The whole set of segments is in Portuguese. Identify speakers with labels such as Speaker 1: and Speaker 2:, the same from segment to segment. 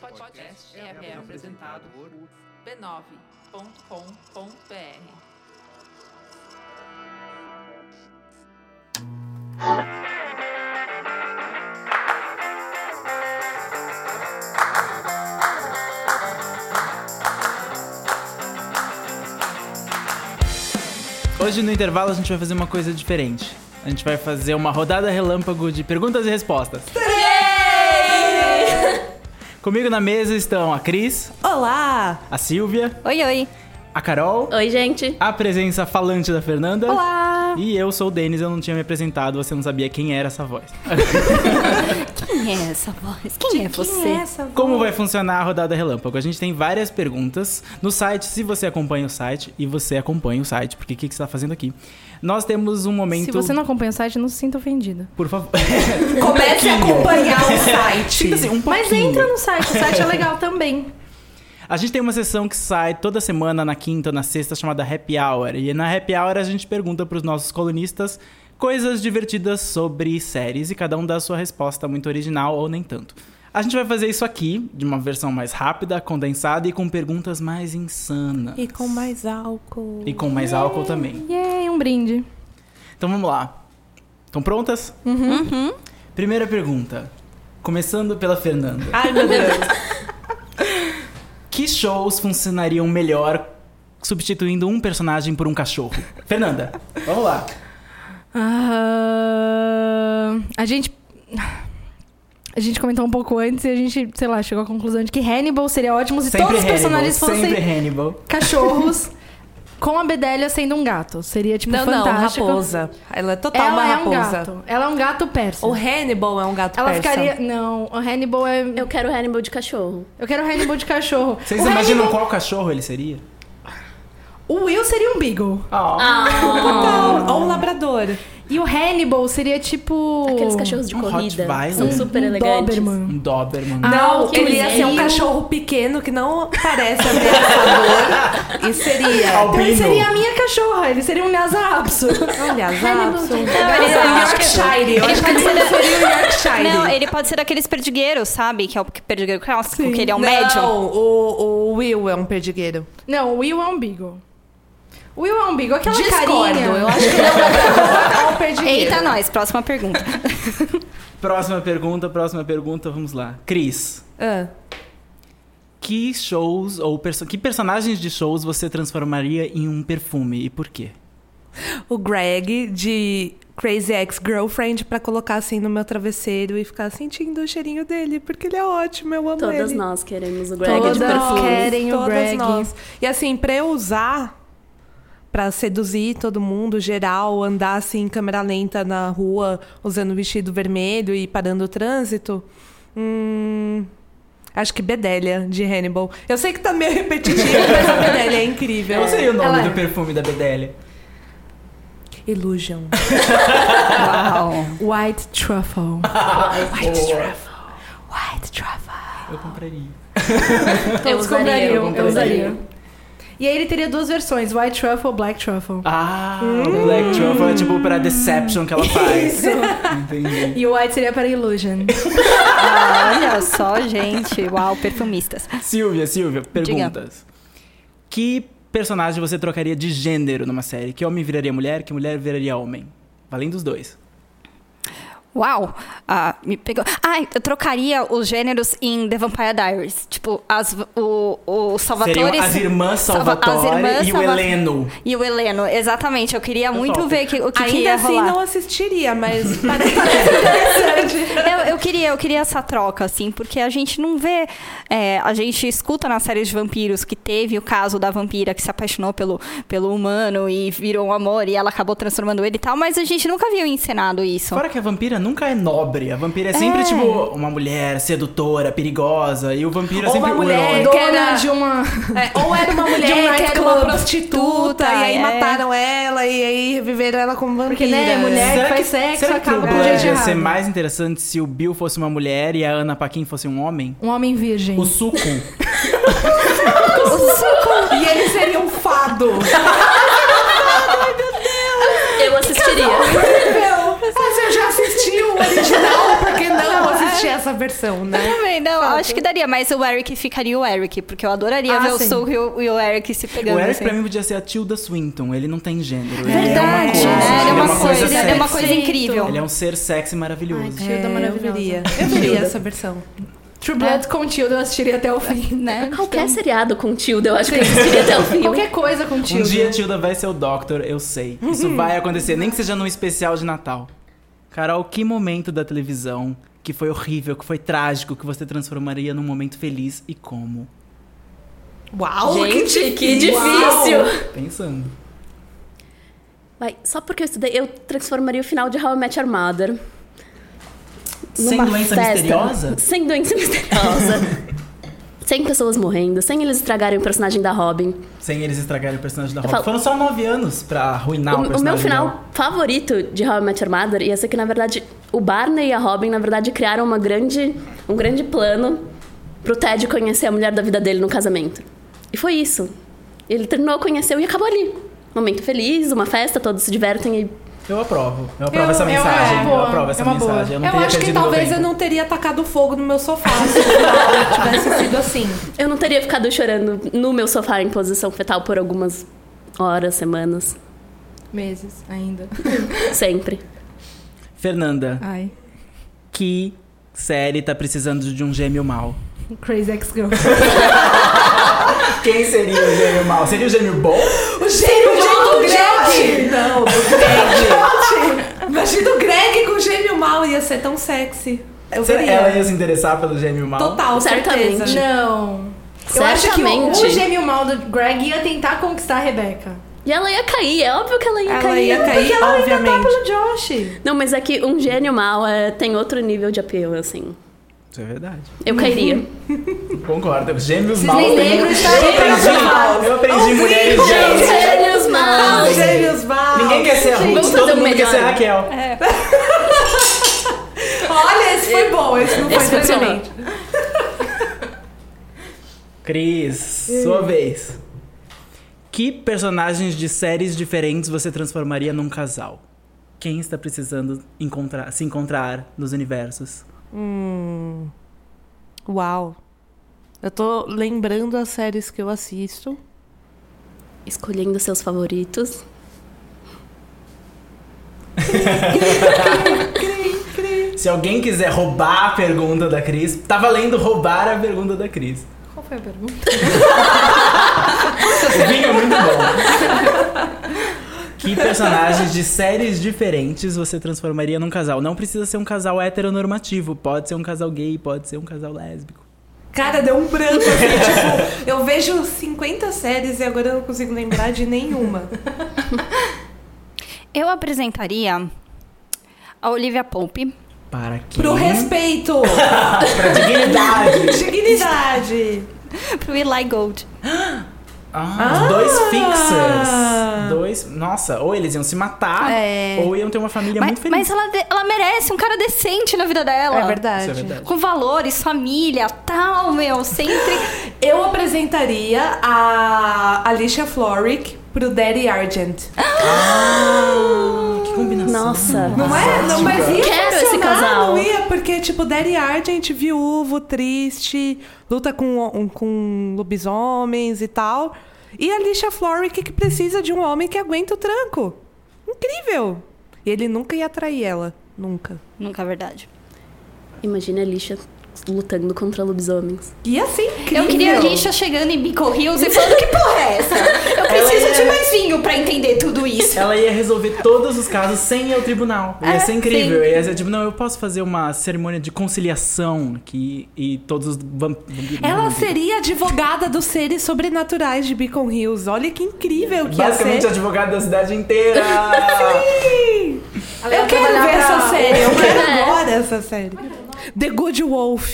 Speaker 1: podcast é, apresentado por b9.com.br.
Speaker 2: Hoje no intervalo a gente vai fazer uma coisa diferente. A gente vai fazer uma rodada relâmpago de perguntas e respostas. Comigo na mesa estão a Cris,
Speaker 3: Olá!
Speaker 2: a Silvia,
Speaker 3: Oi, oi!
Speaker 2: a Carol,
Speaker 4: Oi, gente.
Speaker 2: a presença falante da Fernanda.
Speaker 3: Olá!
Speaker 2: E eu sou o Denis, eu não tinha me apresentado, você não sabia quem era essa voz.
Speaker 5: Tá
Speaker 3: Quem é essa voz? Quem é você?
Speaker 2: Como vai funcionar a rodada relâmpago? A gente tem várias perguntas no site, se você acompanha o site, e você acompanha o site, porque o que, que você está fazendo aqui? Nós temos um momento.
Speaker 5: Se você não acompanha o site, não se sinta ofendido.
Speaker 2: Por favor.
Speaker 3: Comece a acompanhar o site.
Speaker 2: Sinta assim, um
Speaker 5: Mas
Speaker 2: pouquinho.
Speaker 5: entra no site, o site é legal também.
Speaker 2: A gente tem uma sessão que sai toda semana, na quinta ou na sexta, chamada Happy Hour. E na Happy Hour a gente pergunta pros nossos colunistas coisas divertidas sobre séries e cada um dá a sua resposta muito original ou nem tanto. A gente vai fazer isso aqui, de uma versão mais rápida, condensada e com perguntas mais insanas.
Speaker 3: E com mais álcool.
Speaker 2: E com mais álcool também.
Speaker 5: E aí, um brinde.
Speaker 2: Então vamos lá. Estão prontas? Uhum. Primeira pergunta. Começando pela Fernanda.
Speaker 3: Ai, meu Deus.
Speaker 2: Que shows funcionariam melhor substituindo um personagem por um cachorro? Fernanda, vamos lá.
Speaker 5: Ah, a gente. A gente comentou um pouco antes e a gente, sei lá, chegou à conclusão de que Hannibal seria ótimo se todos os personagens assim.
Speaker 2: Hannibal,
Speaker 5: fossem
Speaker 2: sempre Hannibal.
Speaker 5: cachorros com a Bedélia sendo um gato. Seria, tipo,
Speaker 4: Não, não,
Speaker 5: fantástico.
Speaker 4: raposa. Ela é total
Speaker 5: Ela
Speaker 4: uma
Speaker 5: é um
Speaker 4: raposa.
Speaker 5: gato. Ela é um gato persa.
Speaker 4: O Hannibal é um gato
Speaker 5: Ela
Speaker 4: persa.
Speaker 5: ficaria. Não, o Hannibal é.
Speaker 6: Eu quero Hannibal de cachorro.
Speaker 5: Eu quero o Hannibal de cachorro.
Speaker 2: Vocês
Speaker 5: o
Speaker 2: imaginam
Speaker 5: Hannibal-
Speaker 2: qual cachorro ele seria?
Speaker 5: O Will seria um Beagle.
Speaker 4: Então,
Speaker 3: Não, ou um labrador.
Speaker 5: E o Hannibal seria tipo.
Speaker 6: Aqueles cachorros de
Speaker 2: um
Speaker 6: corrida.
Speaker 2: Rottweiler.
Speaker 6: São
Speaker 2: Um
Speaker 6: super elegantes.
Speaker 5: Doberman.
Speaker 2: Um Doberman.
Speaker 5: Ah,
Speaker 4: Não,
Speaker 5: que
Speaker 4: ele ia ser um
Speaker 5: lindo.
Speaker 4: cachorro pequeno que não parece ameaçador. e
Speaker 2: Ah,
Speaker 4: seria.
Speaker 5: Então ele seria a minha cachorra, ele seria um Lhasa-Apso.
Speaker 4: Olha, Zapso.
Speaker 7: Não, ele- eu acho que-
Speaker 4: Yorkshire. Eu
Speaker 7: ele
Speaker 4: acho que
Speaker 7: pode
Speaker 4: ele
Speaker 7: ser-
Speaker 4: seria o Yorkshire.
Speaker 7: Não, ele pode ser daqueles perdigueiros, sabe? Que é o perdigueiro clássico, que ele é um médium.
Speaker 4: Não, o, o Will é um perdigueiro.
Speaker 5: Não, o Will é um Beagle. O Will é um Beagle, aquela
Speaker 4: Discordo,
Speaker 5: carinha.
Speaker 4: eu
Speaker 5: acho que ele é um perdigueiro.
Speaker 7: Eita, nós, próxima pergunta.
Speaker 2: Próxima pergunta, próxima pergunta, vamos lá. Cris,
Speaker 4: Ah,
Speaker 2: que shows ou perso- que personagens de shows você transformaria em um perfume e por quê?
Speaker 4: o Greg de Crazy Ex-Girlfriend pra colocar assim no meu travesseiro e ficar sentindo o cheirinho dele, porque ele é ótimo, eu amo
Speaker 6: Todas
Speaker 4: ele.
Speaker 6: nós queremos o Greg
Speaker 5: Todas
Speaker 6: de perfume.
Speaker 5: querem o
Speaker 4: Todas
Speaker 5: Greg.
Speaker 4: nós. E assim, pra eu usar, pra seduzir todo mundo, geral, andar assim em câmera lenta na rua, usando vestido vermelho e parando o trânsito. Hum. Acho que Bedélia, de Hannibal. Eu sei que tá meio repetitivo, mas a Bedélia é incrível.
Speaker 2: Eu sei o
Speaker 5: ela
Speaker 2: nome
Speaker 5: é.
Speaker 2: do perfume da Bedelia.
Speaker 4: Illusion.
Speaker 5: White Truffle.
Speaker 7: Ah,
Speaker 4: White Travel.
Speaker 2: Eu compraria.
Speaker 6: Eu
Speaker 5: Todos comprariam,
Speaker 6: usaria.
Speaker 5: É, eu usaria. E aí ele teria duas versões, White Truffle, Black Truffle.
Speaker 2: Ah,
Speaker 7: Hum.
Speaker 2: o Black Truffle é tipo pra Deception que ela faz. Entendi.
Speaker 5: E o White seria para Illusion.
Speaker 7: Olha só, gente. Uau, perfumistas.
Speaker 2: Silvia, Silvia, perguntas. Que personagem você trocaria de gênero numa série? Que homem viraria mulher, que mulher viraria homem? Valendo os dois.
Speaker 7: Uau! Ah, me pegou. Ah, eu trocaria os gêneros em The Vampire Diaries. Tipo, as, o, o Salvatore.
Speaker 2: Seriam as irmãs
Speaker 7: Salva- as
Speaker 2: Salvatore
Speaker 7: irmãs
Speaker 2: e o
Speaker 7: Salva- Então-
Speaker 2: Heleno.
Speaker 7: E o Heleno, exatamente. Eu queria muito
Speaker 2: topo.
Speaker 7: ver que- o que, que
Speaker 4: Ainda
Speaker 7: ia
Speaker 4: assim,
Speaker 7: rolar.
Speaker 2: é-
Speaker 4: não assistiria, mas parece interessante.
Speaker 7: Eu, eu queria, eu queria essa troca, assim, porque a gente não vê. é, a gente escuta na série de vampiros que teve o caso da vampira que se apaixonou pelo, pelo humano e virou um amor e ela acabou transformando ele e tal, mas a gente nunca viu encenado isso.
Speaker 2: Fora que a vampira nunca é nobre. A vampira é sempre,
Speaker 7: É.
Speaker 2: tipo, uma mulher sedutora, perigosa. E o vampiro é
Speaker 4: Ou uma
Speaker 2: sempre o
Speaker 4: mulher
Speaker 2: herói.
Speaker 4: que
Speaker 5: Dona
Speaker 4: era-
Speaker 5: de uma...
Speaker 4: É, ou era uma mulher
Speaker 5: De um
Speaker 4: que era uma
Speaker 5: nightclub.
Speaker 4: prostituta, e aí
Speaker 7: É.
Speaker 4: mataram ela, e aí reviveram ela como vampira.
Speaker 5: Porque, né, mulher que faz sexo
Speaker 2: É. será que
Speaker 5: acaba
Speaker 2: o
Speaker 5: com
Speaker 2: Blood
Speaker 5: gente
Speaker 2: ia ser
Speaker 5: errada.
Speaker 2: mais interessante se o Bill fosse uma mulher e a Ana Paquin fosse um homem?
Speaker 5: Um homem virgem.
Speaker 2: O suco.
Speaker 4: E ele seria um fado.
Speaker 6: Eu assistiria.
Speaker 5: é.
Speaker 4: Meu, mas eu já assisti o original, por que não assistir a essa versão, né?
Speaker 7: Eu também, não, acho que daria, mas o Eric ficaria o Eric, porque eu adoraria
Speaker 5: Ah,
Speaker 7: ver
Speaker 5: sim.
Speaker 7: o Soul e o, e o Eric se pegando.
Speaker 2: O Eric,
Speaker 7: assim.
Speaker 2: pra mim, podia ser a Tilda Swinton. Ele não tem gênero. Ele
Speaker 5: Verdade.
Speaker 2: É uma coisa,
Speaker 7: É, ele é uma coisa,
Speaker 2: sexy.
Speaker 7: ele é uma coisa
Speaker 6: Perfeito.
Speaker 7: incrível.
Speaker 2: Ele é um ser sexy maravilhoso. Um
Speaker 5: Tilda
Speaker 4: eu
Speaker 5: maravilhosa.
Speaker 4: veria. Eu veria essa versão.
Speaker 5: True Blood com Tilda eu assistiria até o fim, né?
Speaker 6: Qualquer
Speaker 2: Então,
Speaker 6: seriado com Tilda, eu acho que eu um assistiria até o fim.
Speaker 5: Qualquer coisa com Tilda.
Speaker 2: um dia a Tilda vai ser o Doctor, eu sei. Isso vai acontecer, nem que seja num especial de Natal. Carol, que momento da televisão que foi horrível, que foi trágico, que você transformaria num momento feliz e como?
Speaker 4: Uau,
Speaker 6: Gente, que
Speaker 4: Uau.
Speaker 6: difícil!
Speaker 2: Pensando.
Speaker 6: Vai, só porque eu estudei, eu transformaria o final de How I Met Your Mother.
Speaker 2: Sem
Speaker 6: numa
Speaker 2: doença
Speaker 6: festa.
Speaker 2: misteriosa?
Speaker 6: Sem doença misteriosa. sem pessoas morrendo, sem eles estragarem o personagem da Robin.
Speaker 2: Sem eles estragarem o personagem da Robin.
Speaker 6: falo-
Speaker 2: Foram só nove anos pra arruinar o,
Speaker 6: o, o
Speaker 2: personagem
Speaker 6: meu final
Speaker 2: dela.
Speaker 6: favorito de How I Met Your Mother ia ser que, na verdade, o Barney e a Robin, na verdade, criaram uma grande, um grande plano pro Ted conhecer a mulher da vida dele no casamento. E foi isso. Ele terminou, conheceu e acabou ali. Momento feliz, uma festa, todos se divertem e
Speaker 2: Eu aprovo. Eu aprovo
Speaker 5: Eu-
Speaker 2: essa
Speaker 5: eu-
Speaker 2: mensagem.
Speaker 5: é
Speaker 2: Eu,
Speaker 5: boa,
Speaker 2: aprovo essa
Speaker 5: é uma boa.
Speaker 2: mensagem. Eu não
Speaker 4: Eu
Speaker 2: teria
Speaker 4: acho que
Speaker 2: perdido meu
Speaker 4: talvez
Speaker 2: tempo.
Speaker 4: eu não teria atacado fogo no meu sofá se o final tivesse sido assim.
Speaker 6: Eu não teria ficado chorando no meu sofá em posição fetal por algumas horas, semanas,
Speaker 5: Meses ainda.
Speaker 6: sempre.
Speaker 2: Fernanda,
Speaker 5: Ai.
Speaker 2: que série tá precisando de um gêmeo mal?
Speaker 5: Crazy Ex-Girl.
Speaker 2: Quem seria o gêmeo mal? Seria o gêmeo bom?
Speaker 4: O gênio do Greg! Não, do Greg. Imagina o Greg com o gênio mal, ia ser tão sexy. Eu
Speaker 2: Será
Speaker 4: veria.
Speaker 2: ela ia se interessar pelo gêmeo mal?
Speaker 4: Total,
Speaker 6: Certamente.
Speaker 4: certeza.
Speaker 5: Não. Eu acho que o,
Speaker 6: Certamente.
Speaker 5: o
Speaker 4: é
Speaker 5: gêmeo mal do Greg ia tentar conquistar a Rebecca.
Speaker 6: E ela ia cair, é óbvio que ela ia
Speaker 4: Ela
Speaker 6: cair.
Speaker 4: ia cair,
Speaker 5: Porque ela ainda tá
Speaker 4: obviamente.
Speaker 5: pelo Josh.
Speaker 6: Não, mas é que um gênio mal é, tem outro nível de apelo, assim.
Speaker 2: Isso é verdade.
Speaker 6: Eu cairia.
Speaker 2: Concordo. Gêmeos mal. tem-
Speaker 5: negros estão
Speaker 2: Eu aprendi, eu aprendi mulheres gêmeas.
Speaker 6: Gênios
Speaker 4: Ah,
Speaker 6: maus!
Speaker 4: Gêmeos mal.
Speaker 2: Ninguém quer ser a
Speaker 6: Vamos
Speaker 2: Ruth,
Speaker 6: fazer
Speaker 2: todo
Speaker 6: o
Speaker 2: mundo quer
Speaker 6: melhor.
Speaker 2: ser a Raquel.
Speaker 4: Olha, esse foi bom, esse não foi
Speaker 6: Esse funcionou.
Speaker 4: exatamente.
Speaker 2: Cris, sua vez. Que personagens de séries diferentes você transformaria num casal? Quem está precisando encontrar, se encontrar nos universos?
Speaker 4: Uau. Eu tô lembrando as séries que eu assisto.
Speaker 6: Escolhendo seus favoritos.
Speaker 2: Se alguém quiser roubar a pergunta da Cris, tá valendo roubar a pergunta da Cris.
Speaker 5: Qual foi a pergunta?
Speaker 2: O vinho é muito bom. Que personagens de séries diferentes você transformaria num casal? Não precisa ser um casal heteronormativo, pode ser um casal gay, pode ser um casal lésbico.
Speaker 4: Cara, deu um branco assim, tipo, eu vejo 50 séries e agora eu não consigo lembrar de nenhuma.
Speaker 7: Eu apresentaria a Olivia Pope.
Speaker 2: Para quem?
Speaker 4: Pro respeito,
Speaker 2: Pra dignidade.
Speaker 4: dignidade.
Speaker 7: Pro Eli Gold.
Speaker 2: Ah, os dois fixers. Dois. Nossa, ou eles iam se matar,
Speaker 7: É.
Speaker 2: ou iam ter uma família
Speaker 7: Mas,
Speaker 2: muito feliz.
Speaker 7: mas ela, de- ela merece um cara decente na vida dela.
Speaker 4: É verdade.
Speaker 2: Isso é verdade.
Speaker 7: Com valores, família, tal, meu. Sempre.
Speaker 4: Eu apresentaria a Alicia Florrick pro Daddy Argent.
Speaker 2: Que combinação.
Speaker 6: Nossa.
Speaker 4: Não é? Não, mas ia
Speaker 6: Quero esse
Speaker 4: funcionar,
Speaker 6: casal.
Speaker 4: Não ia, porque, tipo, Daddy Argent, viúvo, triste, luta com, um- com lobisomens e tal. E a Alicia Florrick, que precisa de um homem que aguenta o tranco. Incrível! E ele nunca ia atrair ela. Nunca.
Speaker 7: Nunca é verdade.
Speaker 6: Imagina a lixa lutando contra lobisomens.
Speaker 4: Ia ser assim, incrível.
Speaker 7: Eu queria a Richa chegando em Bico Hills e falando que porra é essa? Eu preciso de mais vinho pra entender tudo isso.
Speaker 2: Ela ia resolver todos os casos sem ir ao tribunal. Ia
Speaker 4: Ah,
Speaker 2: ser incrível. Ia ser tipo, não, eu posso fazer uma cerimônia de conciliação que e todos os vamp...
Speaker 4: Ela seria advogada dos seres sobrenaturais de Beacon Hills. Olha que incrível que ia
Speaker 2: basicamente
Speaker 4: ser.
Speaker 2: advogada da cidade inteira.
Speaker 4: Sim! Eu quero ver essa série. Eu quero agora essa série. The Good Wolf.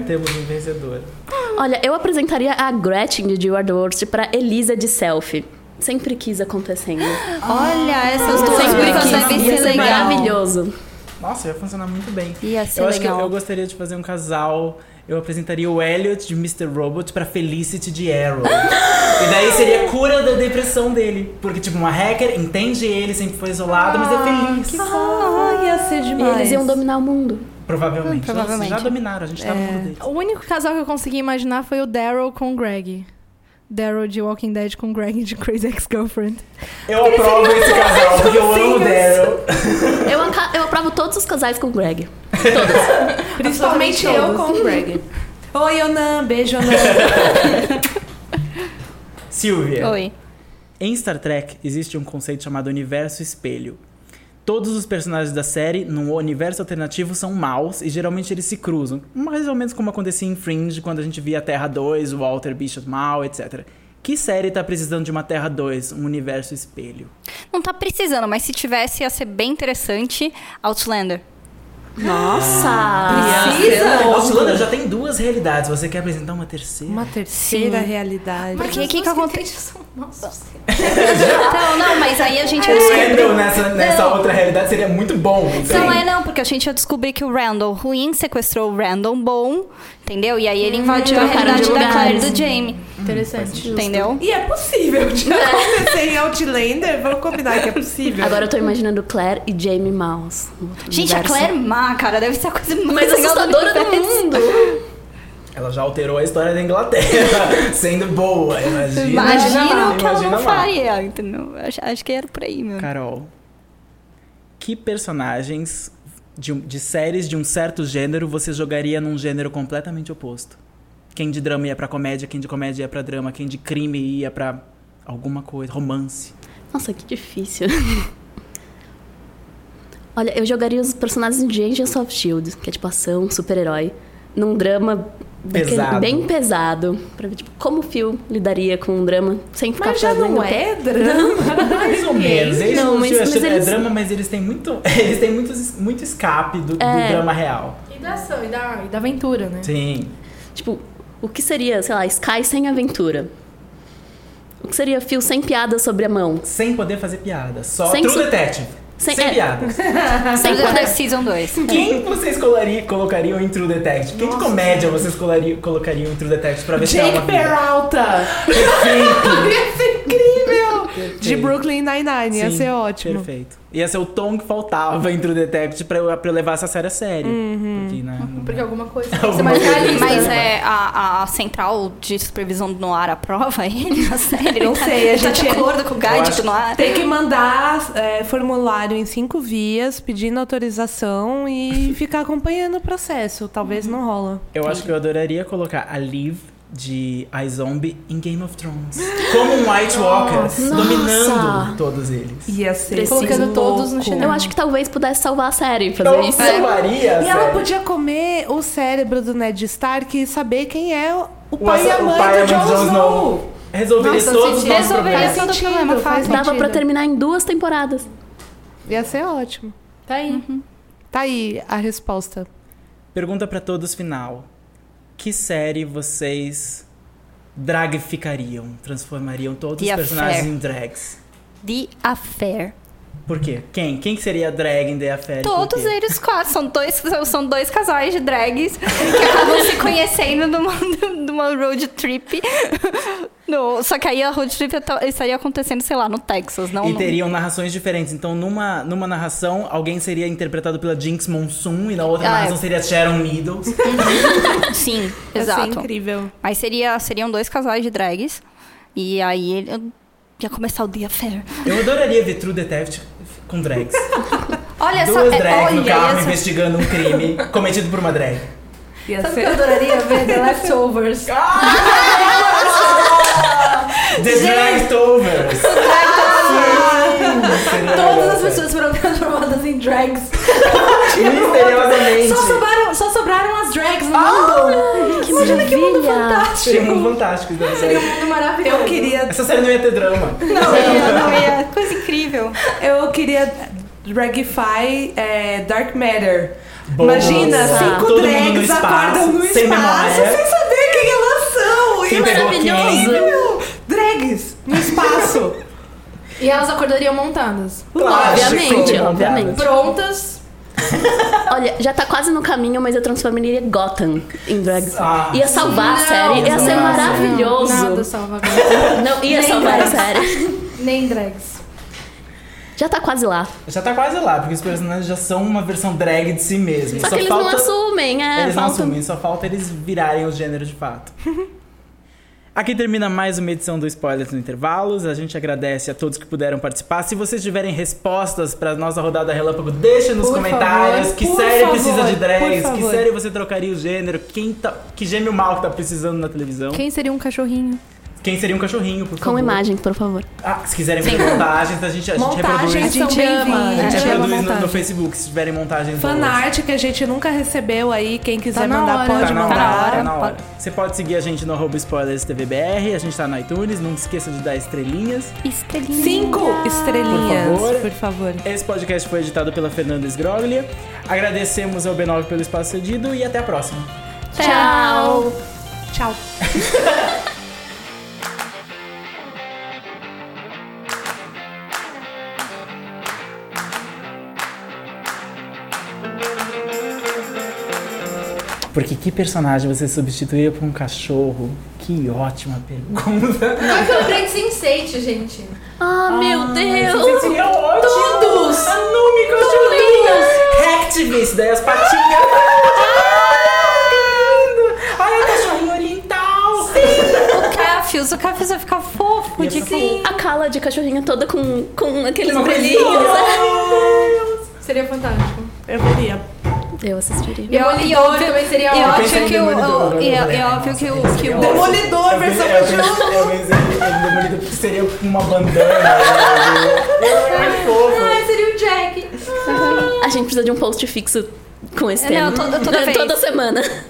Speaker 2: um Temos um vencedor.
Speaker 6: Olha, eu apresentaria a Gretchen de You Are the Worst pra Elisa de Selfie. Sempre quis acontecendo.
Speaker 7: Olha, essas duas
Speaker 6: Sempre
Speaker 7: coisas
Speaker 6: quis.
Speaker 7: devem
Speaker 6: é Ia
Speaker 7: ser
Speaker 6: ser
Speaker 7: legal.
Speaker 6: maravilhoso.
Speaker 2: Nossa, ia funcionar muito bem.
Speaker 7: Ia ser
Speaker 2: eu acho que eu,
Speaker 7: legal.
Speaker 2: eu gostaria de fazer um casal. Eu apresentaria o Elliot de Mr. Robot pra Felicity de Arrow. E daí seria a cura da depressão dele. Porque, tipo, uma hacker entende ele, sempre foi isolado,
Speaker 7: Ah,
Speaker 2: mas é feliz.
Speaker 4: Ai, Ah, ia ser
Speaker 6: E
Speaker 4: demais.
Speaker 6: eles iam dominar o mundo.
Speaker 2: Provavelmente.
Speaker 7: Hum, provavelmente. É.
Speaker 2: Nossa, já dominaram, a gente tá no mundo deles.
Speaker 5: O único casal que eu consegui imaginar foi o Daryl com o Greg. Daryl de Walking Dead com Greg de Crazy Ex-Girlfriend.
Speaker 2: Eu aprovo esse casal, porque eu amo o Daryl.
Speaker 6: Eu, aca- eu aprovo todos os casais com o Greg.
Speaker 4: Principalmente eu com o Greg. Oi, Onan. Beijo, Onan.
Speaker 2: Silvia.
Speaker 7: Oi.
Speaker 2: Em Star Trek existe um conceito chamado universo espelho. Todos os personagens da série, num universo alternativo, são maus e geralmente eles se cruzam. Mais ou menos como acontecia em Fringe, quando a gente via a Terra 2, o Walter Bishop mal, etc. Que série tá precisando de uma Terra 2, um universo espelho?
Speaker 7: Não tá precisando, mas se tivesse, ia ser bem interessante. Outlander.
Speaker 6: Nossa!
Speaker 2: Precisa? Outlander já tem duas realidades, você quer apresentar uma terceira?
Speaker 4: Uma terceira realidade.
Speaker 7: Porque o que, que acontece? Então, Não, não, mas aí a gente ia
Speaker 2: O
Speaker 7: descobrir.
Speaker 2: Andrew nessa, nessa outra realidade seria muito bom. então.
Speaker 7: Não é não, porque a gente ia descobrir que o Randall ruim sequestrou o Randall bom, entendeu? E aí ele invadiu a
Speaker 6: trocaram de
Speaker 7: realidade da Claire e
Speaker 6: lugares.
Speaker 7: do Jamie,
Speaker 5: Interessante.
Speaker 7: entendeu?
Speaker 4: E é possível de acontecer em Outlander. Vamos combinar que é possível.
Speaker 6: Agora eu tô imaginando Claire e Jamie Mouse. no outro
Speaker 7: Gente, a
Speaker 6: universo.
Speaker 7: Claire má, cara, deve ser a coisa mais
Speaker 6: mais
Speaker 7: legal do
Speaker 6: assustadora do
Speaker 7: universo.
Speaker 6: mundo.
Speaker 2: Ela já alterou a história da Inglaterra, sendo boa, imagina.
Speaker 7: Imagina o que ela
Speaker 2: Imagina lá.
Speaker 7: não faria, entendeu? Acho, acho que era por aí, meu.
Speaker 2: Carol, que personagens de, um- de séries de um certo gênero você jogaria num gênero completamente oposto? Quem de drama ia pra comédia, quem de comédia ia pra drama, quem de crime ia pra alguma coisa, romance.
Speaker 6: Nossa, que difícil. Olha, eu jogaria os personagens de Agents of Shield, que é tipo ação, super-herói, num drama daquele-
Speaker 2: Pesado.
Speaker 6: bem pesado. Pra ver, tipo, como o Phil lidaria com um drama sem ficar
Speaker 4: Mas já
Speaker 6: preso em
Speaker 4: não
Speaker 6: um-
Speaker 4: é drama.
Speaker 2: Mais ou menos. Eles
Speaker 6: Não,
Speaker 2: não,
Speaker 6: mas-
Speaker 2: tinham-
Speaker 6: mas
Speaker 2: é
Speaker 6: eles-
Speaker 2: drama, mas eles têm muito, eles têm muito, muito escape do, do
Speaker 6: É.
Speaker 2: drama real.
Speaker 5: E da ação, e da, e da aventura, né?
Speaker 2: Sim.
Speaker 6: Tipo, o que seria, sei lá, Sky sem aventura? O que seria Phil sem piada sobre a mão?
Speaker 2: Sem poder fazer piada. Só
Speaker 6: Sem
Speaker 2: True
Speaker 6: su-
Speaker 2: Detective. Sem,
Speaker 6: Sem- é.
Speaker 2: piada.
Speaker 6: Sem
Speaker 7: Sem
Speaker 6: poder...
Speaker 7: poder Season 2.
Speaker 2: Quem vocês colari- colocariam em True Detective? um Quem de comédia vocês colari- colocariam em True Detective pra ver se é
Speaker 4: Jake
Speaker 2: uma vida?
Speaker 4: Peralta. Ia ser incrível. De
Speaker 2: Perfeito.
Speaker 4: Brooklyn Nine-Nine. Ia
Speaker 2: Sim,
Speaker 4: ser ótimo.
Speaker 2: Perfeito. Ia ser o tom que faltava em True Detective pra eu, pra eu levar essa série a sério.
Speaker 4: Uhum.
Speaker 2: Porque, né, não-
Speaker 5: Porque alguma coisa tem que ser
Speaker 2: Alguma
Speaker 5: mais
Speaker 4: é
Speaker 2: coisa.
Speaker 5: realista.
Speaker 7: Mas
Speaker 2: né?
Speaker 7: é a, a central de supervisão do Noir aprova ele na série?
Speaker 4: Não
Speaker 7: Ele tá-
Speaker 4: sei, a
Speaker 7: ele tá
Speaker 4: gente-
Speaker 7: de acordo com o
Speaker 2: Eu
Speaker 7: guide
Speaker 2: acho
Speaker 7: do Noir?
Speaker 4: Tem que mandar é, formulário em cinco vias, pedindo autorização e ficar acompanhando o processo. Talvez não rola.
Speaker 2: Eu acho que eu adoraria colocar a Liv de iZombie em Game of Thrones. Como um White Walker, dominando todos eles.
Speaker 4: Ia ser
Speaker 5: Colocando
Speaker 4: louco.
Speaker 5: todos no chinelo.
Speaker 6: Eu acho que talvez pudesse salvar a série fazer
Speaker 2: Então
Speaker 6: isso.
Speaker 2: salvaria a
Speaker 4: E ela
Speaker 2: série.
Speaker 4: podia comer o cérebro do Ned Stark e saber quem é o,
Speaker 2: O
Speaker 4: o pai e
Speaker 2: ass-
Speaker 4: a
Speaker 2: o
Speaker 4: mãe
Speaker 2: pai e
Speaker 4: do
Speaker 2: a mãe
Speaker 4: Jon
Speaker 2: do Jon
Speaker 4: Snow.
Speaker 2: Snow. Resolveria
Speaker 4: Nossa,
Speaker 2: todos os
Speaker 4: sentido.
Speaker 2: nossos
Speaker 5: Resolveria
Speaker 2: problemas.
Speaker 5: todo o
Speaker 4: Faz um
Speaker 5: problema,
Speaker 4: sentido,
Speaker 5: faz
Speaker 4: faz
Speaker 6: Dava pra
Speaker 5: sentido.
Speaker 6: terminar em duas temporadas.
Speaker 4: Ia ser ótimo.
Speaker 5: Tá aí.
Speaker 4: Tá aí a resposta.
Speaker 2: Pergunta pra todos final. Que série vocês dragificariam? Transformariam todos
Speaker 7: The
Speaker 2: os personagens
Speaker 7: Affair.
Speaker 2: em drags?
Speaker 7: The Affair.
Speaker 2: Por quê? Quem? Quem que seria a drag em The Affair? e por
Speaker 7: Todos
Speaker 2: quê?
Speaker 7: eles quatro. São dois, são- são dois casais de drags que acabam se conhecendo numa, numa road trip. No- só que aí a road trip tá- estaria acontecendo, sei lá, no Texas, não
Speaker 2: E
Speaker 7: no-
Speaker 2: teriam narrações diferentes. Então, numa, numa narração, alguém seria interpretado pela Jinx Monsoon e na outra
Speaker 7: Ah,
Speaker 2: narração
Speaker 7: é.
Speaker 2: seria Sharon Meadows.
Speaker 7: Sim,
Speaker 4: Ia ser
Speaker 7: exato.
Speaker 4: incrível.
Speaker 7: Mas seria, seriam dois casais de drags. E aí ele, eu ia começar o The Affair.
Speaker 2: Eu adoraria ver True Detective com drags.
Speaker 7: Olha essa.
Speaker 2: Duas
Speaker 7: é-
Speaker 2: drags no
Speaker 7: olha
Speaker 2: carro
Speaker 7: essa-
Speaker 2: investigando um crime cometido por uma drag.
Speaker 4: Ia
Speaker 5: Sabe o que eu
Speaker 4: ser...
Speaker 5: adoraria ver? The Leftovers.
Speaker 2: The Dragtovers!
Speaker 7: tá
Speaker 5: Todas as pessoas foram transformadas em drags.
Speaker 2: Misteriosamente.
Speaker 5: Só sobraram, só sobraram as drags no
Speaker 4: Ah!
Speaker 5: mundo.
Speaker 6: Que Imagina que mundo
Speaker 2: Seria muito fantástico. né?
Speaker 5: Seria um mundo maravilhoso.
Speaker 4: Eu queria,
Speaker 2: Essa série não ia ter drama.
Speaker 7: Não, ia, não ia. Coisa incrível.
Speaker 4: eu queria dragify é, Dark Matter.
Speaker 2: Boa.
Speaker 4: Imagina,
Speaker 6: Nossa.
Speaker 4: cinco
Speaker 2: Todo mundo no
Speaker 4: drags
Speaker 2: espaço,
Speaker 4: acordam no
Speaker 2: sem
Speaker 4: espaço
Speaker 2: memória.
Speaker 4: sem saber quem elas são.
Speaker 2: Quem
Speaker 4: Ia ser
Speaker 2: pegou quem?
Speaker 4: incrível. Drags no espaço.
Speaker 5: E elas acordariam montadas.
Speaker 2: Claro,
Speaker 6: Obviamente,
Speaker 2: chegou.
Speaker 6: obviamente.
Speaker 5: Prontas
Speaker 6: Olha, já tá quase no caminho, mas eu transformaria Gotham em drag.
Speaker 2: Ah,
Speaker 6: ia salvar a série, ia ser maravilhoso.
Speaker 5: Nada salva agora.
Speaker 6: Não, ia
Speaker 5: Nem
Speaker 6: salvar a
Speaker 5: mais.
Speaker 6: série.
Speaker 5: Nem drags.
Speaker 6: Já tá quase lá.
Speaker 2: Já tá quase lá, porque os personagens já são uma versão drag de si mesmos.
Speaker 6: Só, que eles não assumem, é.
Speaker 2: eles não
Speaker 6: falta-
Speaker 2: assumem, só falta um eles virarem o gênero de fato. Aqui termina mais uma edição do Spoilers no Intervalos. A gente agradece a todos que puderam participar. Se vocês tiverem respostas para nossa rodada Relâmpago, deixa nos
Speaker 4: Por
Speaker 2: comentários
Speaker 4: favor,
Speaker 2: que
Speaker 4: por
Speaker 2: série
Speaker 4: favor,
Speaker 2: precisa de
Speaker 4: por
Speaker 2: drags, que
Speaker 4: favor.
Speaker 2: série você trocaria o gênero, quem tá, que gêmeo mal que tá precisando na televisão, quem,
Speaker 5: Quem seria um cachorrinho?
Speaker 2: seria um cachorrinho, por
Speaker 6: Com
Speaker 2: favor.
Speaker 6: imagem, por favor.
Speaker 2: Ah, se quiserem fazer montagens, a gente, a gente reproduz.
Speaker 4: Montagens
Speaker 5: gente
Speaker 4: são
Speaker 5: ama,
Speaker 2: A
Speaker 5: né?
Speaker 2: gente
Speaker 5: É,
Speaker 4: bem-vindas.
Speaker 5: ama
Speaker 2: reproduz no, no
Speaker 5: montagem.
Speaker 2: Facebook se tiverem montagens boas.
Speaker 4: Fanart que a gente nunca recebeu aí. Quem quiser
Speaker 5: na
Speaker 4: mandar,
Speaker 5: hora,
Speaker 4: pode
Speaker 2: Tá na hora,
Speaker 4: mandar.
Speaker 2: tá na hora. Você pode seguir a gente no arroba spoilers TVBR, a gente tá no iTunes, não esqueça de dar estrelinhas.
Speaker 7: Estrelinha.
Speaker 4: Cinco estrelinhas,
Speaker 2: Por favor.
Speaker 4: por favor.
Speaker 2: Esse podcast foi editado pela Fernanda Sgroglia. Agradecemos ao B9 pelo espaço cedido e até a próxima.
Speaker 6: Tchau.
Speaker 4: Tchau.
Speaker 2: Porque que personagem você substituiria por um cachorro? Que ótima pergunta.
Speaker 5: Não que eu aprendi sense gente.
Speaker 6: Ah, meu
Speaker 2: Você
Speaker 6: Deus!
Speaker 2: seria ótimo. Todos! Anumi cachorrinhos! Hacktivist, daí as patinhas. Ai, é cachorrinho oriental!
Speaker 7: O Cafius. O Cafius vai ficar fofo.
Speaker 2: Ia
Speaker 7: De...
Speaker 2: ficar fofo.
Speaker 6: A cala de cachorrinha toda com, com aqueles
Speaker 2: Uma coisa-
Speaker 6: brilhinhos. né?
Speaker 5: Seria fantástico.
Speaker 4: Eu veria.
Speaker 6: Eu assistiria.
Speaker 7: E, ó- e óbvio,
Speaker 5: seria
Speaker 7: e
Speaker 2: Eu
Speaker 7: óbvio
Speaker 2: pensei
Speaker 7: que o...
Speaker 2: em Demolidor,
Speaker 7: o-
Speaker 2: mas
Speaker 7: E
Speaker 2: eu falei,
Speaker 7: é
Speaker 2: "Ah,
Speaker 7: óbvio
Speaker 2: nossa,
Speaker 7: que o...
Speaker 2: esse
Speaker 7: Que
Speaker 2: é
Speaker 7: o
Speaker 2: ótimo."
Speaker 4: Demolidor versão
Speaker 2: Eu pensei- Eu pensei em Demolidor porque seria com uma bandana. Ai, fofo.
Speaker 5: Ai, seria o Jack.
Speaker 6: A gente precisa de um post fixo com esse
Speaker 7: É,
Speaker 6: tema.
Speaker 7: não, toda- toda vez.
Speaker 6: semana.